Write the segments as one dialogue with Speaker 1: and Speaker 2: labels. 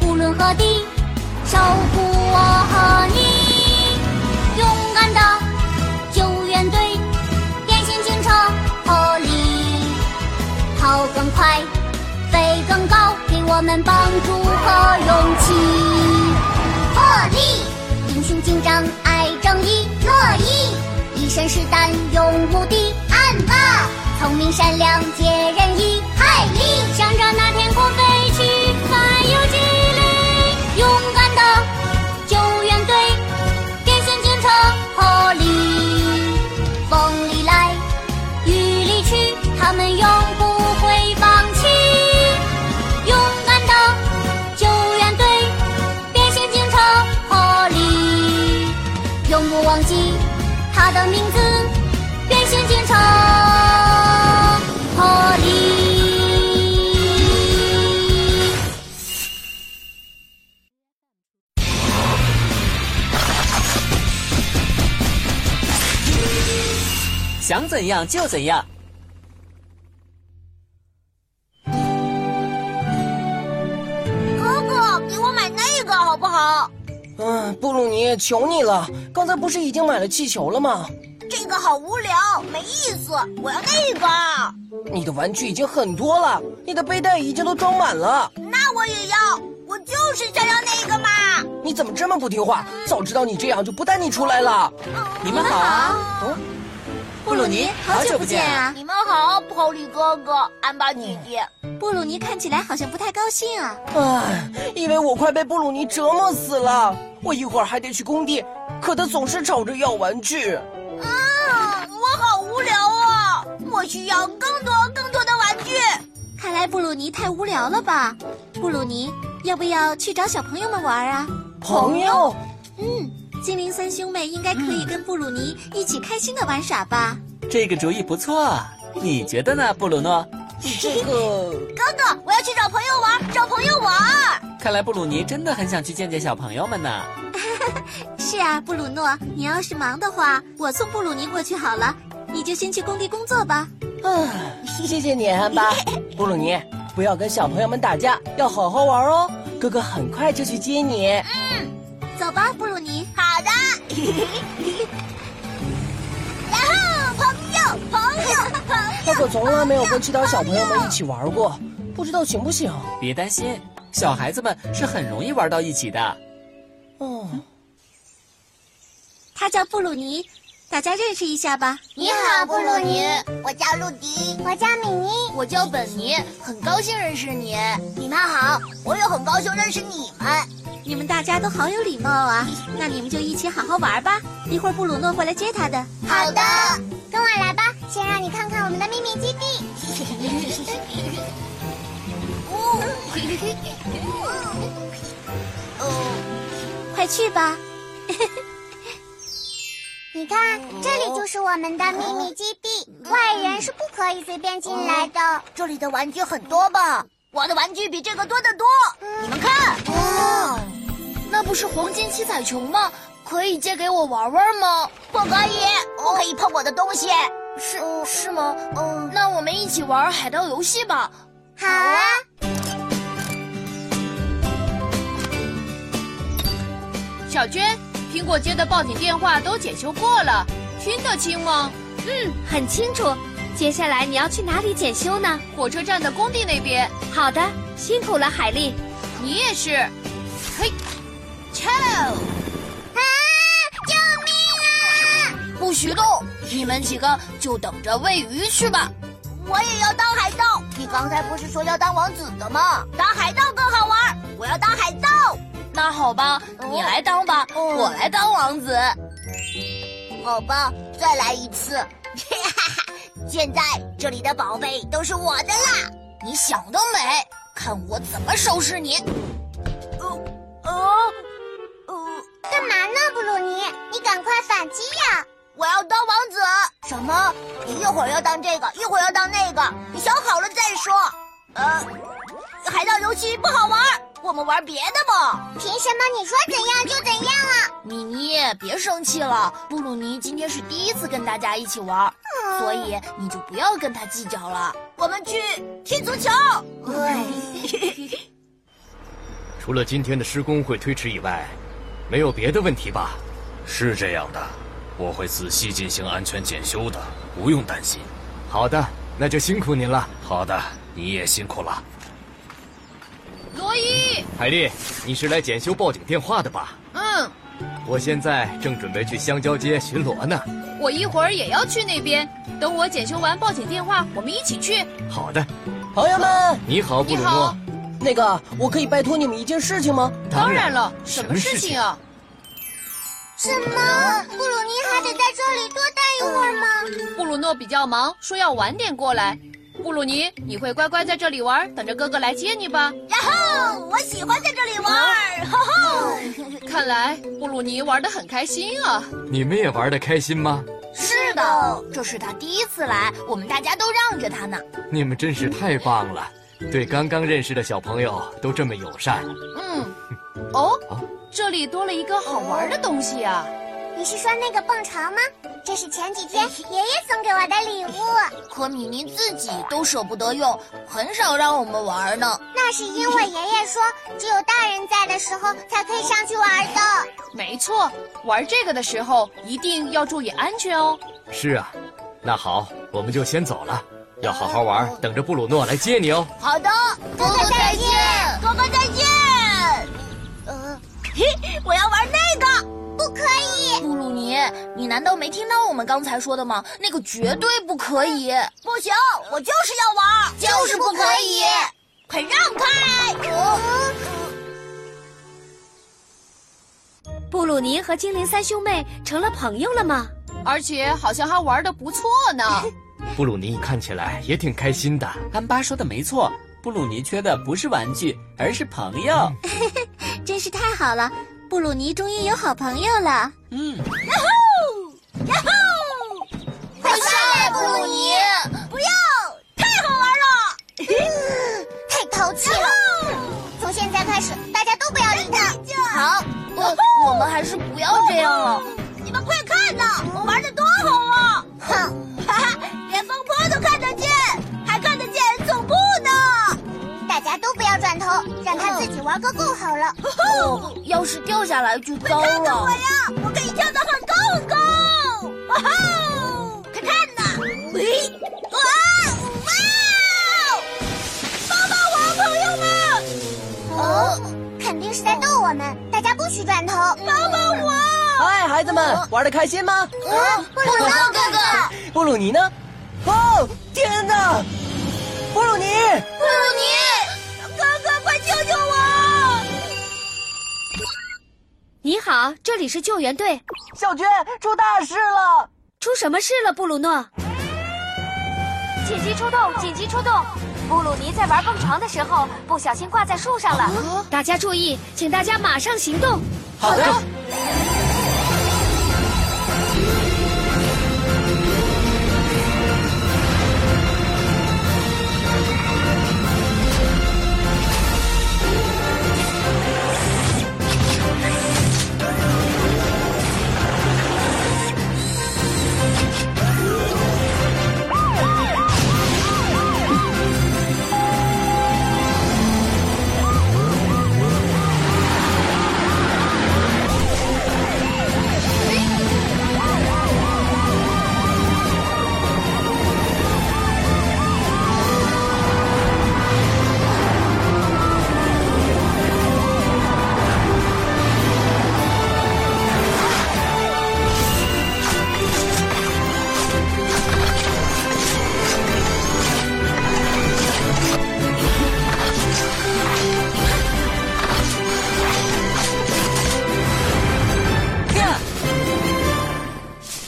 Speaker 1: 伦和地，守护我和你。勇敢的救援队，变形警车合力，跑更快，飞更高，给我们帮助和勇气。破例，英雄警长爱正义，乐意一身是胆勇无敌，暗吧，聪明善良解人意，海力向着那天空飞去，还有激励，勇敢的救援队，变形警车合力，风里来，雨里去，他们永不会放弃，勇敢的救援队，变形警车合力。永不忘记他的名字，变形警察破例。
Speaker 2: 想怎样就怎样。
Speaker 3: 哥哥，给我买那个好不好？
Speaker 4: 嗯，布鲁尼，求你了，刚才不是已经买了气球了吗？
Speaker 3: 这个好无聊，没意思，我要那个。
Speaker 4: 你的玩具已经很多了，你的背带已经都装满了，
Speaker 3: 那我也要，我就是想要那个嘛。
Speaker 4: 你怎么这么不听话？早知道你这样，就不带你出来了。
Speaker 2: 你们好啊，
Speaker 4: 哦，
Speaker 2: 布鲁尼，好久不见啊！
Speaker 3: 你们好，波利哥哥，安巴姐姐。
Speaker 5: 布鲁尼看起来好像不太高兴啊。
Speaker 4: 唉，因哎为我快被布鲁尼折磨死了，我一会儿还得去工地，可他总是吵着要玩具。
Speaker 3: 嗯，我好无聊啊，我需要更多更多的玩具。
Speaker 5: 看来布鲁尼太无聊了吧？布鲁尼，要不要去找小朋友们玩啊？
Speaker 4: 朋友，
Speaker 5: 嗯，精灵三兄妹应该可以跟布鲁尼一起开心的玩耍吧？
Speaker 2: 这个主意不错啊，你觉得呢，布鲁诺？
Speaker 4: 这个
Speaker 3: 哥哥，我要去找朋友玩，找朋友玩。
Speaker 2: 看来布鲁尼真的很想去见见小朋友们呢。
Speaker 5: 是啊，布鲁诺，你要是忙的话，我送布鲁尼过去好了，你就先去工地工作吧。
Speaker 4: 啊，谢谢你，安巴。布鲁尼，不要跟小朋友们打架，要好好玩哦。哥哥很快就去接你。
Speaker 5: 走吧，布鲁尼。
Speaker 3: 好的。然后，朋友，
Speaker 1: 嗯
Speaker 3: 朋友，朋友。
Speaker 4: 哥哥从来没有跟其他小朋友们一起玩过，不知道行不行。
Speaker 2: 别担心，小孩子们是很容易玩到一起的。
Speaker 4: 哦，
Speaker 5: 他叫布鲁尼，大家认识一下吧。
Speaker 3: 你好，布鲁尼。我叫陆迪，我叫米妮，我叫本尼。很高兴认识你，你们好，我也很高兴认识你们。
Speaker 5: 你们大家都好有礼貌啊，那你们就一起好好玩吧。一会儿布鲁诺会来接他的。
Speaker 3: 好的，
Speaker 1: 跟我来吧，先让你看看我们的秘密基地。
Speaker 5: 快去吧。
Speaker 1: 你看，
Speaker 3: 哦
Speaker 1: 这里就是我们的秘密基地，外人是不可以随便进来的。
Speaker 3: 哦这里的玩具很多吧？我的玩具比这个多得多，你们看。哇，那不是黄金七彩球吗？可以借给我玩玩吗？不可以，不可以碰我的东西。是是吗？嗯，那我们一起玩海盗游戏吧。
Speaker 1: 好啊，
Speaker 6: 小娟，苹果接的报警电话都检修过了，听得清吗？
Speaker 5: 很清楚。接下来你要去哪里检修呢？
Speaker 6: 火车站的工地那边，
Speaker 5: 好的，辛苦了，海丽。
Speaker 6: 你也是。嘿 c h e l
Speaker 3: 不许动！你们几个就等着喂鱼去吧。我也要当海盗。你刚才不是说要当王子的吗？当海盗更好玩。我要当海盗。那好吧，你来当吧，
Speaker 1: 哦
Speaker 3: 我来当王子。好吧，再来一次。 现在这里的宝贝都是我的啦。你想得美，看我怎么收拾你。哦哦哦！
Speaker 1: 干嘛呢，布鲁尼？你赶快反击呀！
Speaker 3: 我要当王子。什么？你一会儿要当这个，一会儿要当那个，你想好了再说。呃，海盗游戏不好玩，我们玩别的吧。
Speaker 1: 凭什么你说怎样就怎样啊？
Speaker 3: 米妮，别生气了，布鲁尼今天是第一次跟大家一起玩，所以你就不要跟他计较了。我们去踢足球。对。
Speaker 7: 除了今天的施工会推迟以外，没有别的问题吧？
Speaker 8: 是这样的，我会仔细进行安全检修的，不用担心。
Speaker 7: 好的，那就辛苦您了。
Speaker 8: 好的，你也辛苦了。
Speaker 6: 罗伊，
Speaker 7: 海丽，你是来检修报警电话的吧？
Speaker 6: 嗯，
Speaker 7: 我现在正准备去香蕉街巡逻呢。
Speaker 6: 我一会儿也要去那边，等我检修完报警电话，我们一起去。
Speaker 7: 好的，
Speaker 4: 朋友们，
Speaker 7: 你好，布
Speaker 6: 你
Speaker 7: 鲁
Speaker 6: 好
Speaker 7: 诺。，
Speaker 4: 那个我可以拜托你们一件事情吗？
Speaker 6: 当然了，
Speaker 7: 什
Speaker 6: 什
Speaker 7: 么
Speaker 6: 么事
Speaker 7: 事情
Speaker 6: 情啊？
Speaker 1: 什么？布鲁尼还得在这里多待一会儿吗？
Speaker 6: 布鲁诺比较忙，说要晚点过来。布鲁尼，你会乖乖在这里玩，等着哥哥来接你吧。
Speaker 3: 然后我喜欢在这里玩儿，吼吼！
Speaker 6: 看来布鲁尼玩得很开心啊。
Speaker 7: 你们也玩的开心吗？
Speaker 3: 是的，这是他第一次来，我们大家都让着他呢。
Speaker 7: 你们真是太棒了，对刚刚认识的小朋友都这么友善。
Speaker 6: 嗯，哦，这里多了一个好玩的东西啊。
Speaker 1: 你是说那个蹦床吗？这是前几天爷爷送给我的礼物，
Speaker 3: 哎可米妮自己都舍不得用，很少让我们玩呢。
Speaker 1: 那是因为爷爷说只有大人在的时候才可以上去玩的。
Speaker 6: 没错，玩这个的时候一定要注意安全哦。
Speaker 7: 是啊，那好，我们就先走了，要好好玩，等着布鲁诺来接你哦。
Speaker 3: 好的，哥哥再见，哥哥再见。呃，嘿，我要玩那个，不可以。布鲁尼，你难道没听到我们刚才说的吗？那个绝对不可以。不行，我就是要玩，就是不可以。哦快让开！
Speaker 5: 布鲁尼和精灵三兄妹成了朋友了吗？
Speaker 6: 而且好像还玩得不错呢。
Speaker 7: 布鲁尼看起来也挺开心的，
Speaker 2: 安巴说的没错，布鲁尼缺的不是玩具，而是朋友。
Speaker 5: 真是太好了，布鲁尼终于有好朋友了。
Speaker 2: 嗯，
Speaker 3: 快下来，布鲁尼！不要，太好玩了。
Speaker 1: 呃太淘气了！从现在开始，大家都不要理他。
Speaker 3: 好，我我们还是不要这样了。你们快看呐，我玩的多好啊！哼，哈哈，连风坡都看得见，还看得见总部呢。
Speaker 1: 大家都不要转头，让他自己玩个够好了。
Speaker 3: 哦， 要是掉下来就糟了。看看我呀，我可以跳得很高很高。哇哦，快看呐！喂，哇哇！哦帮帮我，朋友们！
Speaker 1: 哦，肯定是在逗我们，大家不许转头。
Speaker 3: 帮帮我！
Speaker 4: 嗨，哎孩子们，玩的开心吗？
Speaker 3: 嗯
Speaker 1: 布鲁诺哥哥，
Speaker 4: 布鲁尼呢？哦，天哪！布鲁尼，
Speaker 3: 布鲁尼，哥哥，快救救我！
Speaker 9: 你好，这里是救援队。
Speaker 4: 小娟出大事了！
Speaker 9: 出什么事了，布鲁诺？紧急出动！紧急出动！布鲁尼在玩蹦床的时候不小心挂在树上
Speaker 3: 嗯
Speaker 9: 了。大家注意，请大家马上行动！
Speaker 4: 好的，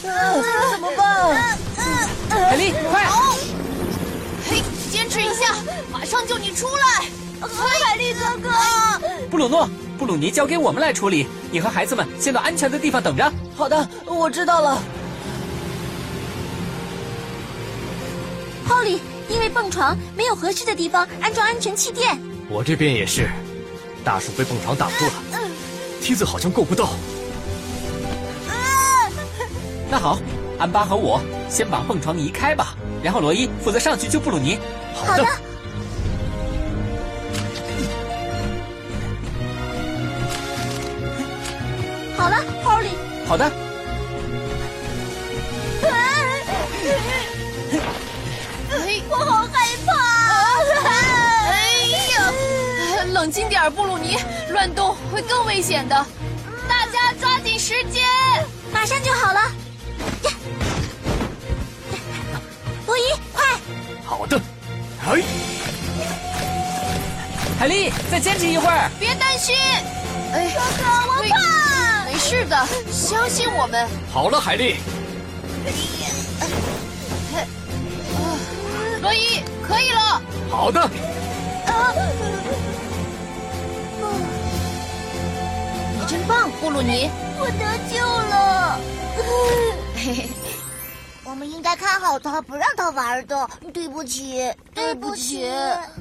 Speaker 4: 嗯，怎么办？海丽，快！
Speaker 6: 嘿，坚持一下，马上救你出来。
Speaker 5: 哦
Speaker 3: 海丽哥哥，
Speaker 2: 布鲁诺，布鲁尼交给我们来处理，你和孩子们先到安全的地方等着。
Speaker 4: 好的，我知道了。
Speaker 5: 泡利，因为蹦床没有合适的地方安装安全气垫，
Speaker 7: 我这边也是，大树被蹦床挡住了，梯子好像够不到。
Speaker 2: 那好，安巴和我先把蹦床移开吧，然后罗伊负责上去救布鲁尼。
Speaker 7: 好的，
Speaker 5: 好了，Polly，
Speaker 2: 好的，
Speaker 5: 我好害
Speaker 3: 啊
Speaker 5: 怕。
Speaker 6: 哎呀， 冷静点儿，布鲁尼，乱动会更危险的。大家抓紧时间。
Speaker 5: 马上就好了。博一，快！
Speaker 7: 好的，嘿，
Speaker 2: 海丽，再坚持一会儿。
Speaker 6: 别担心。哎，哥哥，我怕。没事的，相信我们。
Speaker 7: 好了，海丽，
Speaker 6: 罗伊，可以了。
Speaker 7: 好的，
Speaker 6: 你真棒，布鲁尼。
Speaker 3: 我得救了。
Speaker 6: 嘿嘿，
Speaker 3: 我们应该看好他，不让他玩的。对不起，对不起。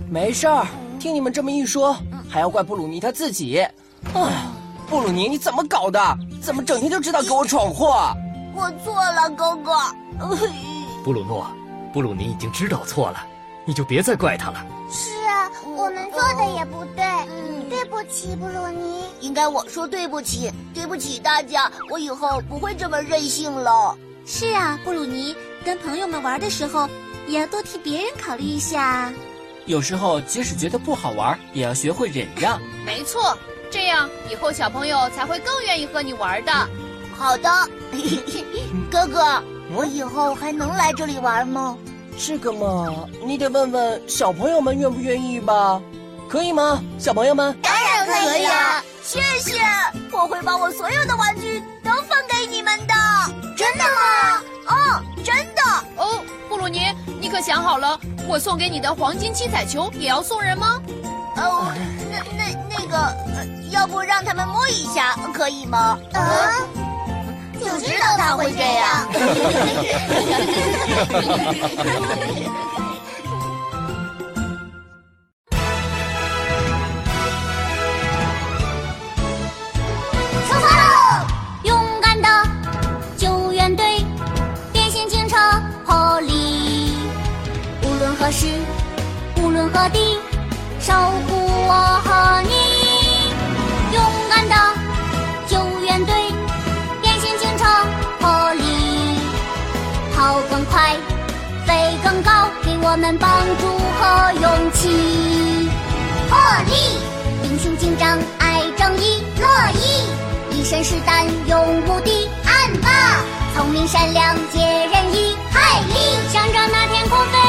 Speaker 4: 没事儿，听你们这么一说，还要怪布鲁尼他自己。哎，布鲁尼，你怎么搞的？怎么整天就知道给我闯祸？
Speaker 3: 我错了，哥哥。
Speaker 7: 布鲁诺，布鲁尼已经知道错了，你就别再怪他了。
Speaker 1: 是啊，我们做的也不对，对不起，布鲁尼。
Speaker 3: 嗯应该我说对不起，对不起大家，我以后不会这么任性了。
Speaker 5: 是啊，布鲁尼，跟朋友们玩的时候，也要多替别人考虑一下。
Speaker 2: 有时候即使觉得不好玩，也要学会忍让。
Speaker 6: 没错，这样以后小朋友才会更愿意和你玩的。
Speaker 3: 好的， 哥哥，我以后还能来这里玩吗？
Speaker 4: 这个嘛，你得问问小朋友们愿不愿意吧？可以吗，小朋友们？
Speaker 3: 当然
Speaker 5: 可以啊！
Speaker 3: 谢谢，我会把我所有的玩具都分给你们的。真的吗？哦，真的。
Speaker 6: 哦，布鲁尼，你可想好了，我送给你的黄金七彩球也要送人吗？
Speaker 3: 哦，那那那个、呃要不让他们摸一下，可以吗？嗯
Speaker 1: 啊，
Speaker 5: 呃
Speaker 3: 就知道他会这样。
Speaker 1: 出发喽！勇敢的救援队，变形警车破例，无论何时，无论何地，守护我和你。勇敢的救援队，变形警车破例，跑更快，飞更高，给我们帮助和勇气。破例，英雄警长爱正义，乐意。一身是胆勇无敌，暗霸聪明善良解人意，海力向着那天空飞。